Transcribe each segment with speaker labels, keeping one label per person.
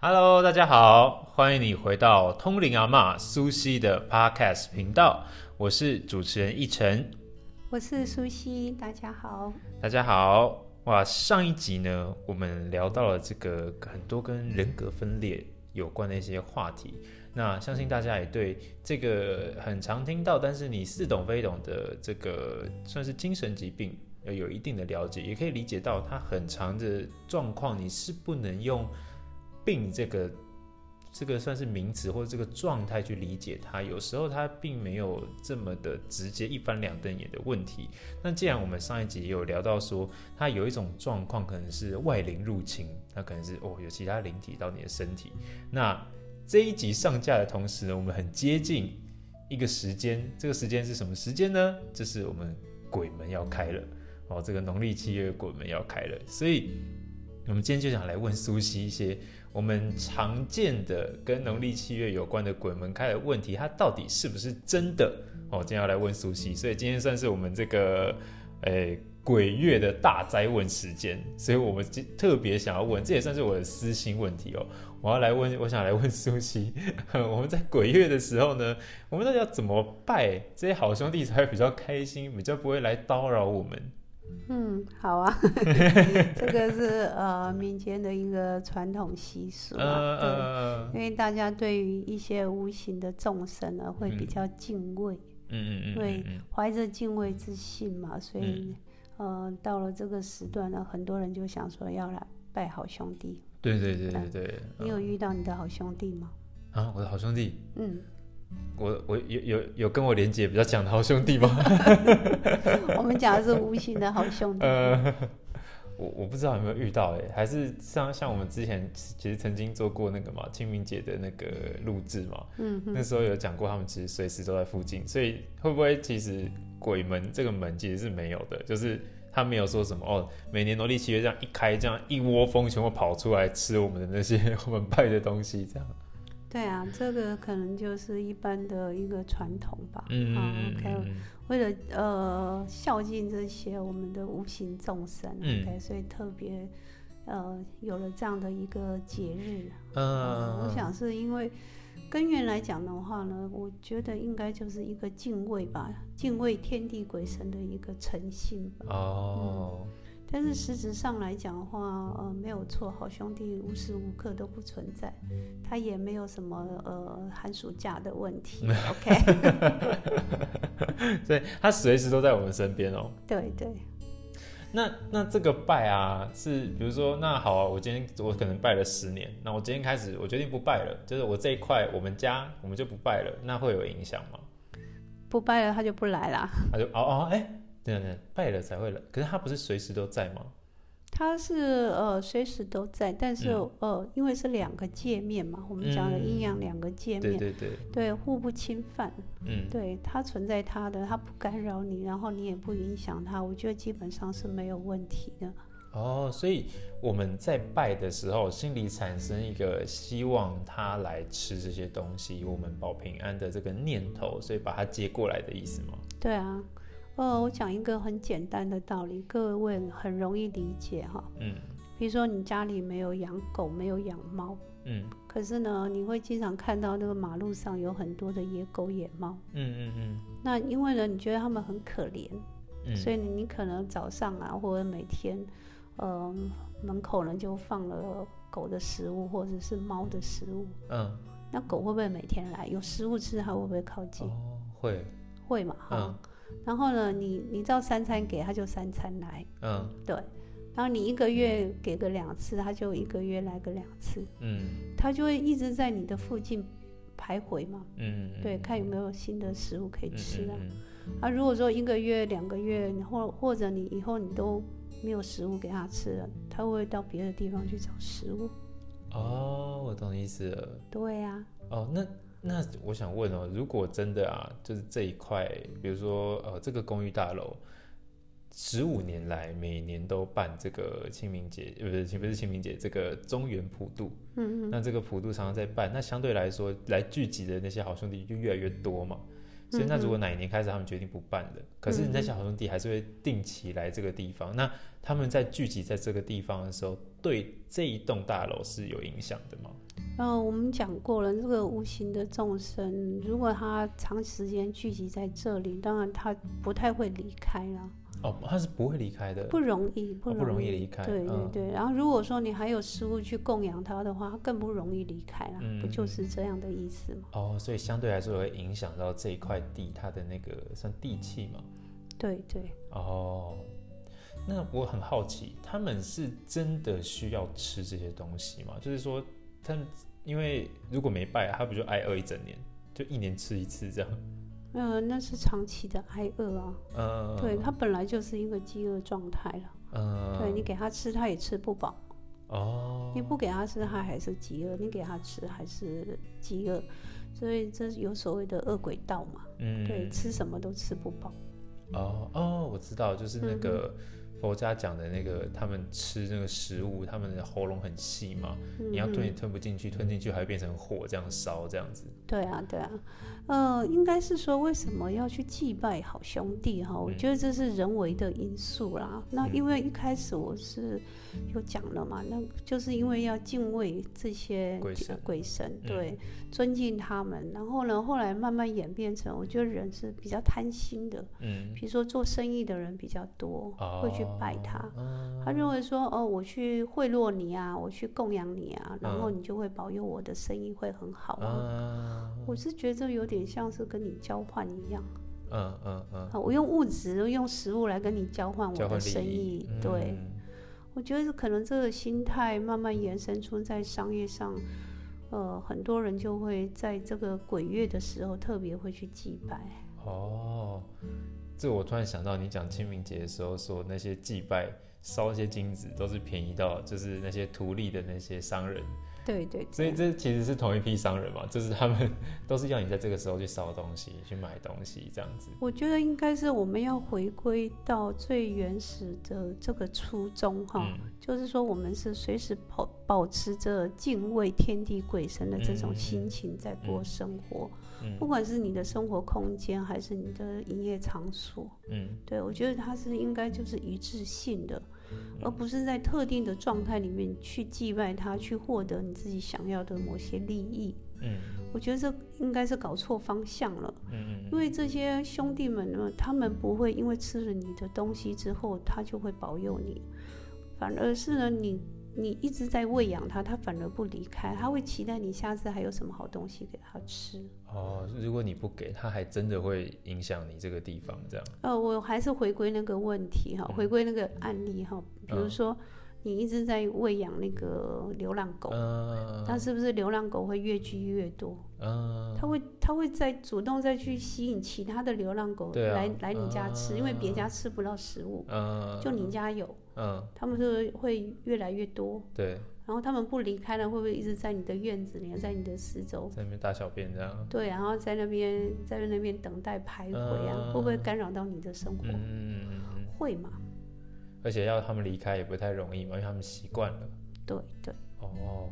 Speaker 1: Hello，大家好，欢迎你回到通灵阿嬷苏西的 Podcast 频道，我是主持人一晨。
Speaker 2: 我是苏西，大家好。
Speaker 1: 大家好，哇，上一集呢，我们聊到了这个很多跟人格分裂有关的一些话题。那相信大家也对这个很常听到，但是你似懂非懂的这个算是精神疾病，呃，有一定的了解，也可以理解到它很长的状况，你是不能用病这个这个算是名词或者这个状态去理解它。有时候它并没有这么的直接一翻两瞪眼的问题。那既然我们上一集也有聊到说，它有一种状况可能是外灵入侵，那可能是哦有其他灵体到你的身体。那这一集上架的同时呢，我们很接近一个时间，这个时间是什么时间呢？就是我们鬼门要开了哦，这个农历七月鬼门要开了，所以我们今天就想来问苏西一些我们常见的跟农历七月有关的鬼门开的问题，它到底是不是真的？哦，今天要来问苏西，所以今天算是我们这个诶、鬼月的大灾问时间，所以我们今特别想要问，这也算是我的私心问题哦。我要来问，我想来问苏西， 我们在鬼月的时候呢，我们到底要怎么拜这些好兄弟才会比较开心，比较不会来叨扰我们？
Speaker 2: 嗯，好啊， 这个是呃民间的一个传统习俗
Speaker 1: 呃
Speaker 2: 啊，对
Speaker 1: 呃，
Speaker 2: 因为大家对于一些无形的众生呢，会比
Speaker 1: 嗯
Speaker 2: 较敬畏，
Speaker 1: 嗯嗯嗯，
Speaker 2: 对
Speaker 1: 嗯
Speaker 2: 怀着敬畏之心嘛，所以、呃到了这个时段呢，很多人就想说要来拜好兄弟。
Speaker 1: 对对对对对，
Speaker 2: 你有遇到你的好兄弟吗？
Speaker 1: 啊，我的好兄弟，
Speaker 2: 嗯，
Speaker 1: 我我有有有跟我连接比较强的好兄弟吗？
Speaker 2: 嗯 我们讲的是无形的好兄弟。
Speaker 1: 呃，我我不知道有没有遇到哎、还是像像我们之前其实曾经做过那个嘛清明节的那个录制嘛，
Speaker 2: 嗯
Speaker 1: 那时候有讲过他们其实随时都在附近，所以会不会其实鬼门这个门其实是没有的，就是他没有说什么哦，每年农历七月这样一开，这样一窝蜂全部跑出来吃我们的那些 我们拜的东西这样。
Speaker 2: 对啊，这个可能就是一般的一个传统吧。
Speaker 1: 嗯
Speaker 2: 啊
Speaker 1: 嗯嗯
Speaker 2: OK，
Speaker 1: 嗯嗯
Speaker 2: 为了呃孝敬这些我们的无形众生、
Speaker 1: 嗯
Speaker 2: o k 所以特别呃有了这样的一个节日。啊呃
Speaker 1: 嗯，
Speaker 2: 我想是因为根源来讲的话呢，我觉得应该就是一个敬畏吧，敬畏天地鬼神的一个诚信吧。
Speaker 1: 哦，
Speaker 2: 但是实质上来讲的话，呃，没有错，好兄弟无时无刻都不存在，他也没有什么呃寒暑假的问题。OK，
Speaker 1: 所以他随时都在我们身边哦。
Speaker 2: 对对，
Speaker 1: 那那这个拜啊，是比如说，那好啊、我今天我可能拜了十年，那我今天开始我决定不拜了，就是我这一块我们家我们就不拜了，那会有影响吗？
Speaker 2: 不拜了他就不来啦。
Speaker 1: 他就哦哦哎，等等等等，拜了才会来，可是他不是随时都在吗？
Speaker 2: 它是呃随时都在，但是、呃因为是两个界面嘛，我们讲的
Speaker 1: 嗯
Speaker 2: 阴阳两个界
Speaker 1: 对
Speaker 2: 面，
Speaker 1: 对对，
Speaker 2: 对互不侵犯，
Speaker 1: 嗯
Speaker 2: 对它存在它的，它不干扰你，然后你也不影响它，我觉得基本上是没有问题的。
Speaker 1: 哦，所以我们在拜的时候，心里产生一个希望他来吃这些东西，我们保平安的这个念头，所以把它接过来的意思吗？
Speaker 2: 对啊，呃，我讲一个很简单的道理，各位很容易理解哈。
Speaker 1: 嗯
Speaker 2: 比如说你家里没有养狗，没有养猫，
Speaker 1: 嗯
Speaker 2: 可是呢，你会经常看到那个马路上有很多的野狗、野猫。
Speaker 1: 嗯嗯嗯
Speaker 2: 那因为呢，你觉得它们很可怜，
Speaker 1: 嗯，
Speaker 2: 所以你可能早上啊，或者每天，呃，门口呢就放了狗的食物或者是猫的食物。
Speaker 1: 嗯
Speaker 2: 那狗会不会每天来？有食物吃，它会不会靠近？
Speaker 1: 哦会嗯
Speaker 2: 会嘛，哈。然后呢，你你照三餐给，它就三餐来，
Speaker 1: 嗯
Speaker 2: 对。然后你一个月给个两次，它就一个月来个两次，
Speaker 1: 嗯
Speaker 2: 它就会一直在你的附近徘徊嘛，
Speaker 1: 嗯，
Speaker 2: 对，看有没有新的食物可以吃啊。
Speaker 1: 嗯
Speaker 2: 啊，如果说一个月、两个月，你或或者你以后你都没有食物给它吃了，它会到别的地方去找食物。
Speaker 1: 哦，我懂你意思了。
Speaker 2: 对呀、
Speaker 1: 哦，那那我想问哦，如果真的啊，就是这一块，比如说呃，这个公寓大楼。十五年来，每年都办这个清明节，呃，不是不是清明节，这个中原普渡。
Speaker 2: 嗯嗯，
Speaker 1: 那这个普渡常常在办，那相对来说，来聚集的那些好兄弟就越来越多嘛。所以那如果哪一年开始他们决定不办了，可是
Speaker 2: 嗯
Speaker 1: 那些好兄弟还是会定期来这个地方。那他们在聚集在这个地方的时候，对这一栋大楼是有影响的吗？
Speaker 2: 然后我们讲过了，这个无形的众生，如果他长时间聚集在这里，当然他不太会离开啦，
Speaker 1: 哦，他是不会离开的，
Speaker 2: 嗯不容易，不
Speaker 1: 哦
Speaker 2: 容
Speaker 1: 不
Speaker 2: 易,、
Speaker 1: 容易离开
Speaker 2: 对对
Speaker 1: 嗯
Speaker 2: 对，然后如果说你还有食物去供养他的话，他更不容易离开啦，
Speaker 1: 嗯
Speaker 2: 不就
Speaker 1: 嗯
Speaker 2: 是这样的意思吗？
Speaker 1: 哦，所以相对来说会影响到这一块地它的那个算地气嘛。
Speaker 2: 对对，
Speaker 1: 哦，那我很好奇，他们是真的需要吃这些东西吗？就是说，他们因为如果没拜，他不就挨饿一整年，就一年吃一次这样？
Speaker 2: 呃，那是长期的挨饿啊，
Speaker 1: 嗯，
Speaker 2: 对他本来就是一个饥饿状态了，
Speaker 1: 嗯，
Speaker 2: 对你给他吃他也吃不饱，
Speaker 1: 哦，
Speaker 2: 你不给他吃他还是饥饿，你给他吃还是饥饿，所以这有所谓的饿轨道嘛。
Speaker 1: 嗯，
Speaker 2: 对，，吃什么都吃不饱。
Speaker 1: 哦哦，我知道，就是那个佛家讲的那个，他们吃那个食物，他们的喉咙很细嘛，
Speaker 2: 嗯
Speaker 1: 你要吞也吞不进去，吞进去还会变成火这样烧这样子。
Speaker 2: 对啊，对啊，呃，应该是说为什么要去祭拜好兄弟哈？我
Speaker 1: 嗯
Speaker 2: 觉得这是人为的因素啦。那因为一开始我是有讲了嘛，那就是因为要敬畏这些
Speaker 1: 鬼神
Speaker 2: 呃鬼神
Speaker 1: 嗯
Speaker 2: 对，尊敬他们。然后呢，后来慢慢演变成，我觉得人是比较贪心的，
Speaker 1: 嗯，
Speaker 2: 比如说做生意的人比较多，会去拜他。
Speaker 1: 嗯
Speaker 2: 他认为说，哦，我去贿赂你啊，我去供养你啊，然后
Speaker 1: 嗯
Speaker 2: 你就会保佑我的生意会很好啊。
Speaker 1: 哦嗯
Speaker 2: 我是觉得这有点像是跟你交换一样
Speaker 1: 嗯嗯嗯，
Speaker 2: 啊，我用物质、用食物来跟你交换我
Speaker 1: 交
Speaker 2: 的
Speaker 1: 换
Speaker 2: 生
Speaker 1: 利
Speaker 2: 意
Speaker 1: 益。，
Speaker 2: 对，
Speaker 1: 嗯
Speaker 2: 我觉得可能这个心态慢慢延伸出在商业上，呃，很多人就会在这个鬼月的时候特别会去祭拜。
Speaker 1: 哦，这我突然想到，你讲清明节的时候说那些祭拜烧一些金子都是便宜到，就是那些图利的那些商人，
Speaker 2: 对对
Speaker 1: 所以
Speaker 2: 对。
Speaker 1: 这其实是同一批商人嘛，就是他们都是要你在这个时候去烧东西、去买东西这样子。
Speaker 2: 我觉得应该是我们要回归到最原始的这个初衷哈，
Speaker 1: 嗯
Speaker 2: 就是说，我们是随时保保持着敬畏天地鬼神的这种心情在过生活，
Speaker 1: 嗯
Speaker 2: 不管是你的生活空间还是你的营业场所，
Speaker 1: 嗯
Speaker 2: 对我觉得它是应该就是一致性的，
Speaker 1: 嗯
Speaker 2: 而不是在特定的状态里面去祭拜它，去获得你自己想要的某些利益。
Speaker 1: 嗯
Speaker 2: 我觉得这应该是搞错方向了，
Speaker 1: 嗯嗯
Speaker 2: 因为这些兄弟们呢，他们不会因为吃了你的东西之后，他就会保佑你，反而是呢，你你一直在喂养他，他反而不离开，他会期待你下次还有什么好东西给他吃。
Speaker 1: 哦，如果你不给他，还真的会影响你这个地方这样。
Speaker 2: 呃，我还是回归那个问题哈，回归那个案例哈，比如
Speaker 1: 嗯
Speaker 2: 说你一直在喂养那个流浪狗，
Speaker 1: 嗯
Speaker 2: 那是不是流浪狗会越聚越多？
Speaker 1: 嗯
Speaker 2: 它会它会再主动再去吸引其他的流浪狗
Speaker 1: 对啊
Speaker 2: 来、来你家吃，因为别家吃不到食物，
Speaker 1: 嗯
Speaker 2: 就你家有，
Speaker 1: 嗯，
Speaker 2: 他们是会越来越多。
Speaker 1: 对，
Speaker 2: 然后他们不离开了，会不会一直在你的院子里，在你的四周？
Speaker 1: 在那边大小便这样。
Speaker 2: 对，然后在那边在那边等待徘徊啊，会不会干扰到你的生活？
Speaker 1: 呃嗯嗯嗯嗯。
Speaker 2: 会嘛？
Speaker 1: 而且要他们离开也不太容易嘛，因为他们习惯了。
Speaker 2: 对对，
Speaker 1: 哦，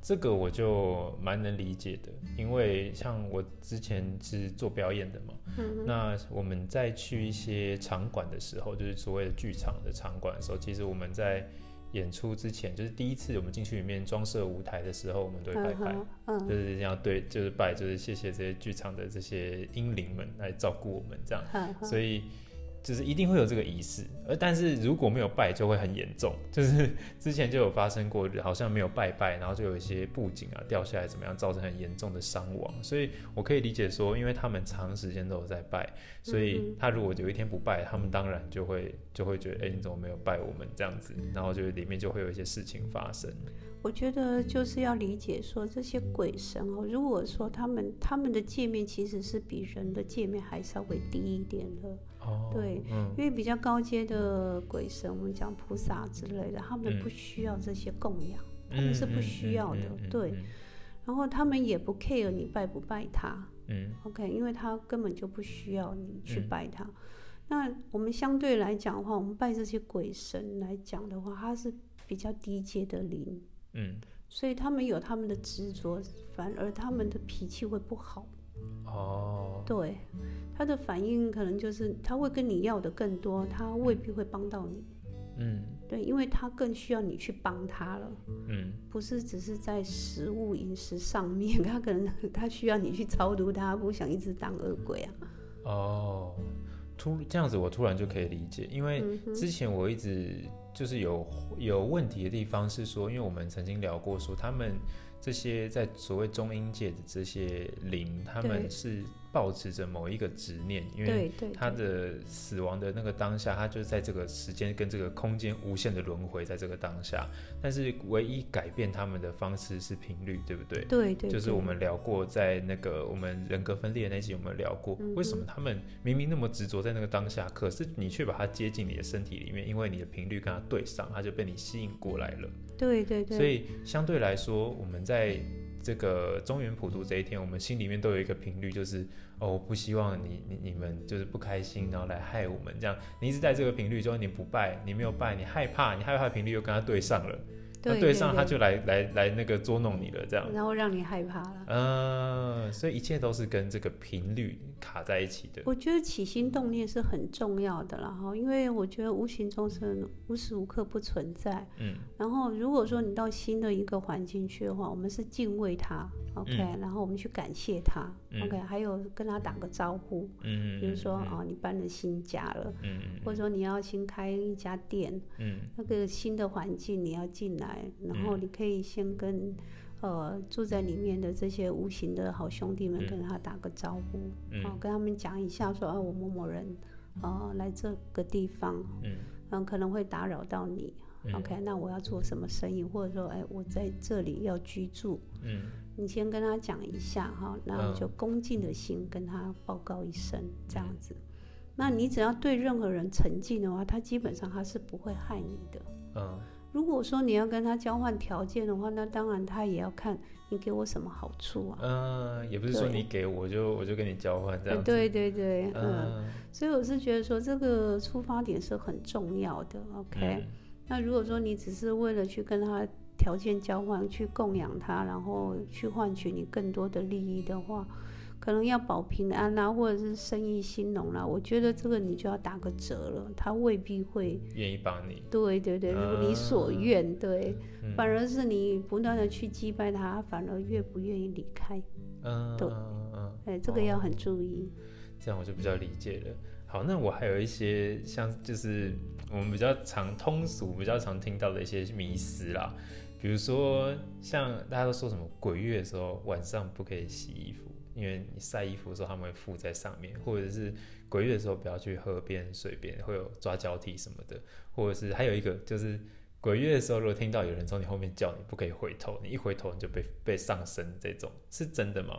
Speaker 1: 这个我就蛮能理解的，因为像我之前是做表演的嘛，
Speaker 2: 嗯
Speaker 1: 那我们在去一些场馆的时候，就是所谓的剧场的场馆的时候，其实我们在演出之前，就是第一次我们进去里面装设舞台的时候，我们都会拜
Speaker 2: 嗯
Speaker 1: 拜。
Speaker 2: 哼，嗯，
Speaker 1: 就是要对，就是拜，就是谢谢这些剧场的这些英灵们来照顾我们这样。
Speaker 2: 嗯哼
Speaker 1: 所以就是一定会有这个仪式。而但是如果没有拜，就会很严重。就是之前就有发生过，好像没有拜拜，然后就有一些布景啊掉下来，怎么样，造成很严重的伤亡。所以我可以理解说，因为他们长时间都有在拜，所
Speaker 2: 嗯
Speaker 1: 以他如果有一天不拜，他们当然就会就会觉得，哎、你怎么没有拜我们这样子？然后就里面就会有一些事情发生。
Speaker 2: 我觉得就是要理解说这些鬼神哦，如果说他们他们的界面其实是比人的界面还稍微低一点的，
Speaker 1: 哦
Speaker 2: 对，
Speaker 1: 嗯
Speaker 2: 因为比较高阶的鬼神，我们讲菩萨之类的，他
Speaker 1: 嗯
Speaker 2: 们不需要这些供养，他们是不需要的对，
Speaker 1: 嗯
Speaker 2: 然后他们也不 care 你拜不拜他
Speaker 1: 嗯
Speaker 2: ，OK，因为他根本就不需要你去
Speaker 1: 嗯
Speaker 2: 拜他。那我们相对来讲的话，我们拜这些鬼神来讲的话，它是比较低阶的灵，
Speaker 1: 嗯嗯
Speaker 2: 所以他们有他们的执着，反而他们的脾气会不好。
Speaker 1: 哦，
Speaker 2: 对，他的反应可能就是他会跟你要的更多，他未必会帮到你。
Speaker 1: 嗯
Speaker 2: 对，因为他更需要你去帮他了，
Speaker 1: 嗯
Speaker 2: 不是只是在食物饮食上面， 他可能他需要你去超度他，不想一直当恶鬼啊。
Speaker 1: 哦，突这样子我突然就可以理解，因为
Speaker 2: 嗯哼，
Speaker 1: 之前我一直就是有有问题的地方是说，因为我们曾经聊过说，他们这些在所谓中阴界的这些灵，他们
Speaker 2: 对
Speaker 1: 是保持着某一个执念，因为
Speaker 2: 对对，
Speaker 1: 他
Speaker 2: 对
Speaker 1: 的死亡的那个当下，他就是在这个时间跟这个空间无限的轮回，在这个当下，但是唯一改变他们的方式是频率，对不对？
Speaker 2: 对对，
Speaker 1: 就是
Speaker 2: 对
Speaker 1: 我们聊过，在那个我们人格分裂那集，我们聊过，
Speaker 2: 嗯
Speaker 1: 为什么他们明明那么执着在那个当下，可是你却把它接进你的身体里面，因为你的频率跟它对上，它就被你吸引过来了。
Speaker 2: 对对对，
Speaker 1: 所以相对来说，我们在这个中原普渡这一天，我们心里面都有一个频率，就是哦，我不希望你你你们就是不开心，然后来害我们这样。你一直在这个频率，就是你不拜，你没有拜，你害怕，你害怕频率又跟它对上了，那
Speaker 2: 对
Speaker 1: 对上它就来来来那个捉弄你了，这样。
Speaker 2: 然后让你害怕了。
Speaker 1: 嗯，所以一切都是跟这个频率卡在一起的。
Speaker 2: 我觉得起心动念是很重要的啦，然后因为我觉得无形众生无时无刻不存在。
Speaker 1: 嗯
Speaker 2: 然后如果说你到新的一个环境去的话，我们是敬畏它，OK，、然后我们去感谢它、
Speaker 1: 嗯
Speaker 2: o k 还有跟他打个招呼，
Speaker 1: 嗯，
Speaker 2: 比如说啊、哦，你搬了新家了，
Speaker 1: 嗯，嗯
Speaker 2: 或者说你要新开一家店，
Speaker 1: 嗯
Speaker 2: 那个新的环境你要进来，然后你可以先跟。呃，住在里面的这些无形的好兄弟们，
Speaker 1: 嗯
Speaker 2: 跟他打个招呼，
Speaker 1: 嗯
Speaker 2: 哦，跟他们讲一下说，啊，我某某人，呃，来这个地方，
Speaker 1: 嗯
Speaker 2: 嗯，可能会打扰到你。
Speaker 1: 嗯
Speaker 2: OK，那我要做什么生意，或者说，哎，我在这里要居住，
Speaker 1: 嗯
Speaker 2: 你先跟他讲一下哈，那
Speaker 1: 嗯
Speaker 2: 就恭敬的心跟他报告一声，这样子。那你只要对任何人沉静的话，他基本上他是不会害你的。
Speaker 1: 嗯
Speaker 2: 如果说你要跟他交换条件的话，那当然他也要看你给我什么好处啊。
Speaker 1: 嗯，也不是说你给我就我就跟你交换这
Speaker 2: 哎
Speaker 1: 样。
Speaker 2: 对对对，嗯
Speaker 1: 嗯
Speaker 2: 所以我是觉得说，这个出发点是很重要的。OK，、
Speaker 1: 嗯
Speaker 2: 那如果说你只是为了去跟他条件交换，去供养他，然后去换取你更多的利益的话，可能要保平安啦、或者是生意兴隆啦、我觉得这个你就要打个折了，他未必会。
Speaker 1: 愿意帮你。
Speaker 2: 对对对，如你所愿，对，
Speaker 1: 啊嗯
Speaker 2: 反而是你不断的去击败他，反而越不愿意离开，
Speaker 1: 嗯
Speaker 2: 对
Speaker 1: 嗯嗯，
Speaker 2: 哎，这个
Speaker 1: 哦
Speaker 2: 要很注意。
Speaker 1: 这样我就比较理解了。好，那我还有一些像就是我们比较常通俗、比较常听到的一些迷思啦，比如说像大家都说什么鬼月的时候晚上不可以洗衣服，因为你晒衣服的时候他们会附在上面，或者是鬼月的时候不要去河边、水边，会有抓交替什么的，或者是还有一个就是。鬼月的时候，如果听到有人从你后面叫你，不可以回头，你一回头你就被被上身，这种是真的吗？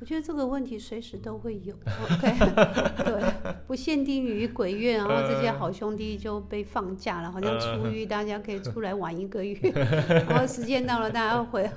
Speaker 2: 我觉得这个问题随时都会 有，OK，对，不限定于鬼月，然后
Speaker 1: 呃
Speaker 2: 这些好兄弟就被放假了，好像出狱，大家可以出来玩一 个月，然后时间到了，大家要回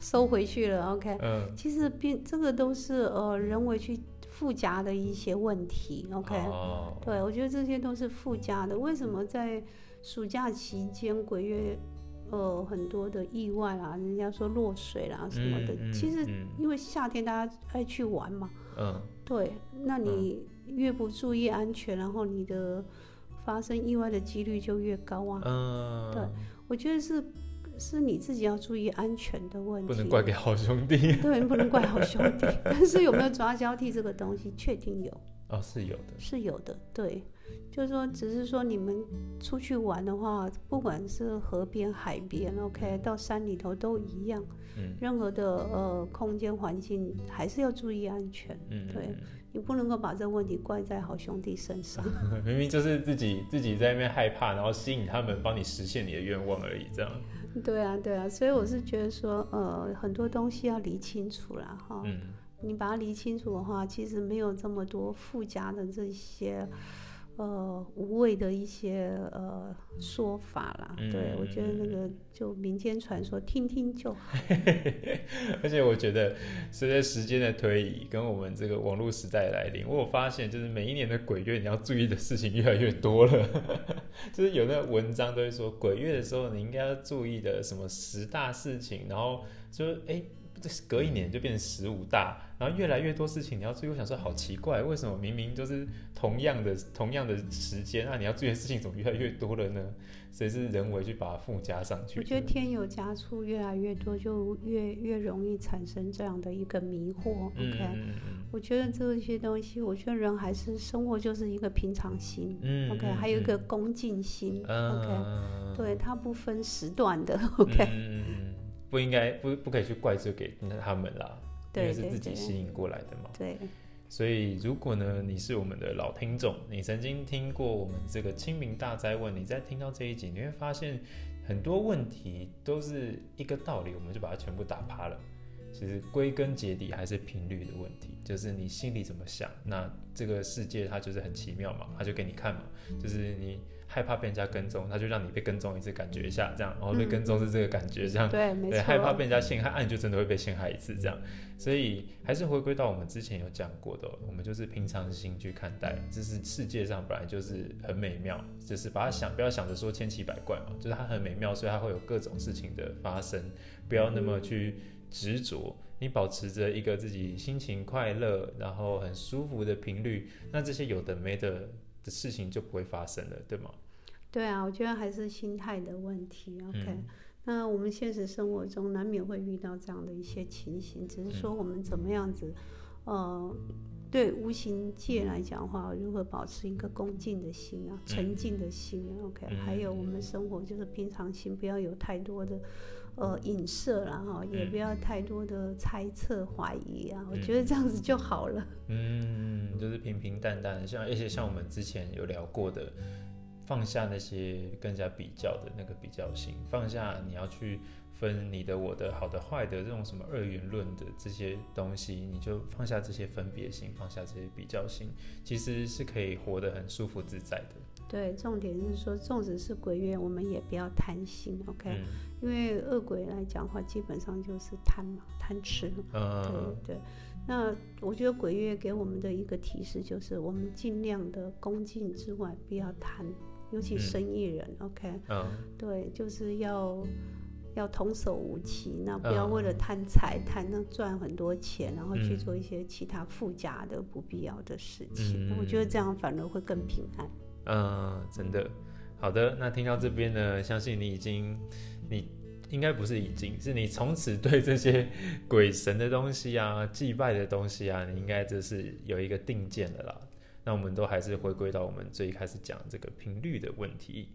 Speaker 2: 收回去了，OK。
Speaker 1: 嗯
Speaker 2: 其实并这个都是呃人为去附加的一些问题，OK。
Speaker 1: 哦，
Speaker 2: 对，我觉得这些都是附加的。为什么在暑假期间鬼月，呃，很多的意外啦，人家说落水啦什么的，
Speaker 1: 嗯嗯
Speaker 2: 其实
Speaker 1: 嗯
Speaker 2: 因为夏天大家爱去玩嘛，
Speaker 1: 嗯
Speaker 2: 对，那你越不注意安全，然后你的发生意外的几率就越高啊。
Speaker 1: 嗯，
Speaker 2: 我觉得是是你自己要注意安全的问题，啊
Speaker 1: 不能怪给好兄弟
Speaker 2: 对，不能怪好兄弟。但是有没有抓交替这个东西，确定有。
Speaker 1: 哦，是有的，
Speaker 2: 是有的，对，就是说，只是说你们出去玩的话，不管是河边、海边，OK，到山里头都一样，
Speaker 1: 嗯
Speaker 2: 任何的呃空间环境还是要注意安全。
Speaker 1: 嗯，
Speaker 2: 对你不能够把这个问题怪在好兄弟身 上。
Speaker 1: 嗯，明明就是自己自己在那边害怕，然后吸引他们帮你实现你的愿望而已，这样，
Speaker 2: 对啊，对啊，所以我是觉得说，呃，很多东西要理清楚啦，哈。
Speaker 1: 嗯
Speaker 2: 你把它理清楚的话，其实没有这么多附加的这些呃无谓的一些呃说法啦。
Speaker 1: 嗯
Speaker 2: 对我觉得那个就民间传说，听听就好。
Speaker 1: 而且我觉得随着时间的推移，跟我们这个网络时代的来临，我有发现就是每一年的鬼月你要注意的事情越来越多了， 就是有那文章都会说鬼月的时候你应该要注意的什么十大事情，然后就是哎。这隔一年就变成十五大，然后越来越多事情你要注意。我想说，好奇怪，为什么明明就是同样的同样的时间，那、你要注意的事情怎么越来越多了呢？谁是人为去把它附加上去
Speaker 2: 我
Speaker 1: 的？
Speaker 2: 觉得添油加醋越来越啊多，就越越容易产生这样的一个迷惑。
Speaker 1: 嗯
Speaker 2: OK，、
Speaker 1: 嗯嗯
Speaker 2: 我觉得这些东西，我觉得人还是生活就是一个平常心。
Speaker 1: 嗯
Speaker 2: OK，还有一个恭敬心。OK，
Speaker 1: 嗯
Speaker 2: 对，它不分时段的。OK，、
Speaker 1: 嗯嗯嗯不应该不不可以去怪罪给他们啦，因为
Speaker 2: 对
Speaker 1: 是
Speaker 2: 对
Speaker 1: 自己
Speaker 2: 对
Speaker 1: 吸引过来的嘛。
Speaker 2: 对，
Speaker 1: 所以，如果呢你是我们的老听众，你曾经听过我们这个清明大灾问，你在听到这一集，你会发现很多问题都是一个道理，我们就把它全部打趴了。其实归根结底还是频率的问题，就是你心里怎么想，那这个世界它就是很奇妙嘛，它就给你看嘛，就是你害怕被人家跟踪，它就让你被跟踪一次，感觉一下这样，然后被
Speaker 2: 嗯
Speaker 1: 跟踪是这个感觉这样，
Speaker 2: 对，没
Speaker 1: 嗯对，
Speaker 2: 错。
Speaker 1: 害怕被人家陷害，啊，你就真的会被陷害一次这样。所以还是回归到我们之前有讲过的哦、我们就是平常心去看
Speaker 2: 嗯
Speaker 1: 待，就是世界上本来就是很美妙，就是把它想不要想着说千奇百怪嘛，就是它很美妙，所以它会有各种事情的发生，不要那么去执着。你保持着一个自己心情快乐，然后很舒服的频率，那这些有的没的的事情就不会发生了，对吗？
Speaker 2: 对啊，我觉得还是心态的问题。OK，、
Speaker 1: 嗯
Speaker 2: 那我们现实生活中难免会遇到这样的一些情形，只是
Speaker 1: 嗯
Speaker 2: 说我们怎么样子，呃，对无形界来讲的话，如何保持一个恭敬的心啊，沉静的心啊、OK，、
Speaker 1: 嗯
Speaker 2: 还有我们生活就是平常心，不要有太多的。呃，影射啦哈，也
Speaker 1: 嗯
Speaker 2: 不要太多的猜测、怀疑啊，我
Speaker 1: 嗯
Speaker 2: 觉得这样子就好了。
Speaker 1: 嗯，就是平平淡淡，像而且像我们之前有聊过的，放下那些跟人家比较的那个比较心，放下你要去分你的、我的、好的、坏的这种什么二元论的这些东西，你就放下这些分别心，放下这些比较心，其实是可以活得很舒服自在的。
Speaker 2: 对，重点是说，纵使是鬼月，我们也不要贪心，OK？、
Speaker 1: 嗯
Speaker 2: 因为恶鬼来讲的话，基本上就是贪嘛，贪吃。对
Speaker 1: 嗯
Speaker 2: 对。那我觉得鬼月给我们的一个提示就是，我们尽量的恭敬之外，不要贪，尤其
Speaker 1: 嗯
Speaker 2: 生意人、o k
Speaker 1: 嗯
Speaker 2: 对，就是要要童叟无欺，那不要
Speaker 1: 嗯
Speaker 2: 为了贪财、贪那赚很多钱，然后去
Speaker 1: 嗯
Speaker 2: 做一些其他附加的不必要的事情。
Speaker 1: 嗯
Speaker 2: 我觉得这样反而会更平安。
Speaker 1: 嗯，真的。好的，那听到这边呢，相信你已经，你应该不是已经，是你从此对这些鬼神的东西啊、祭拜的东西啊，你应该这是有一个定见了啦。那我们都还是回归到我们最开始讲这个频率的问题。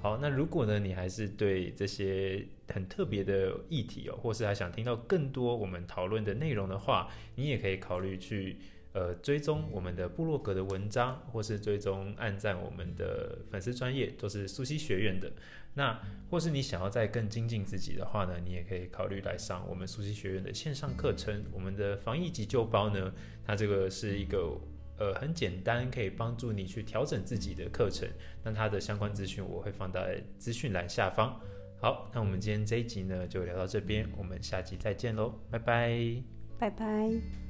Speaker 1: 好，那如果呢，你还是对这些很特别的议题哦，或是还想听到更多我们讨论的内容的话，你也可以考虑去呃追踪我们的部落格的文章，或是追踪按赞我们的粉丝专业，都是苏西学院的。那或是你想要再更精进自己的话呢，你也可以考虑来上我们苏西学院的线上课程。我们的防疫急救包呢，它这个是一个。呃，很简单，可以帮助你去调整自己的课程。那它的相关资讯我会放在资讯栏下方。好，那我们今天这一集呢就聊到这边，我们下集再见喽，拜拜。
Speaker 2: 拜拜。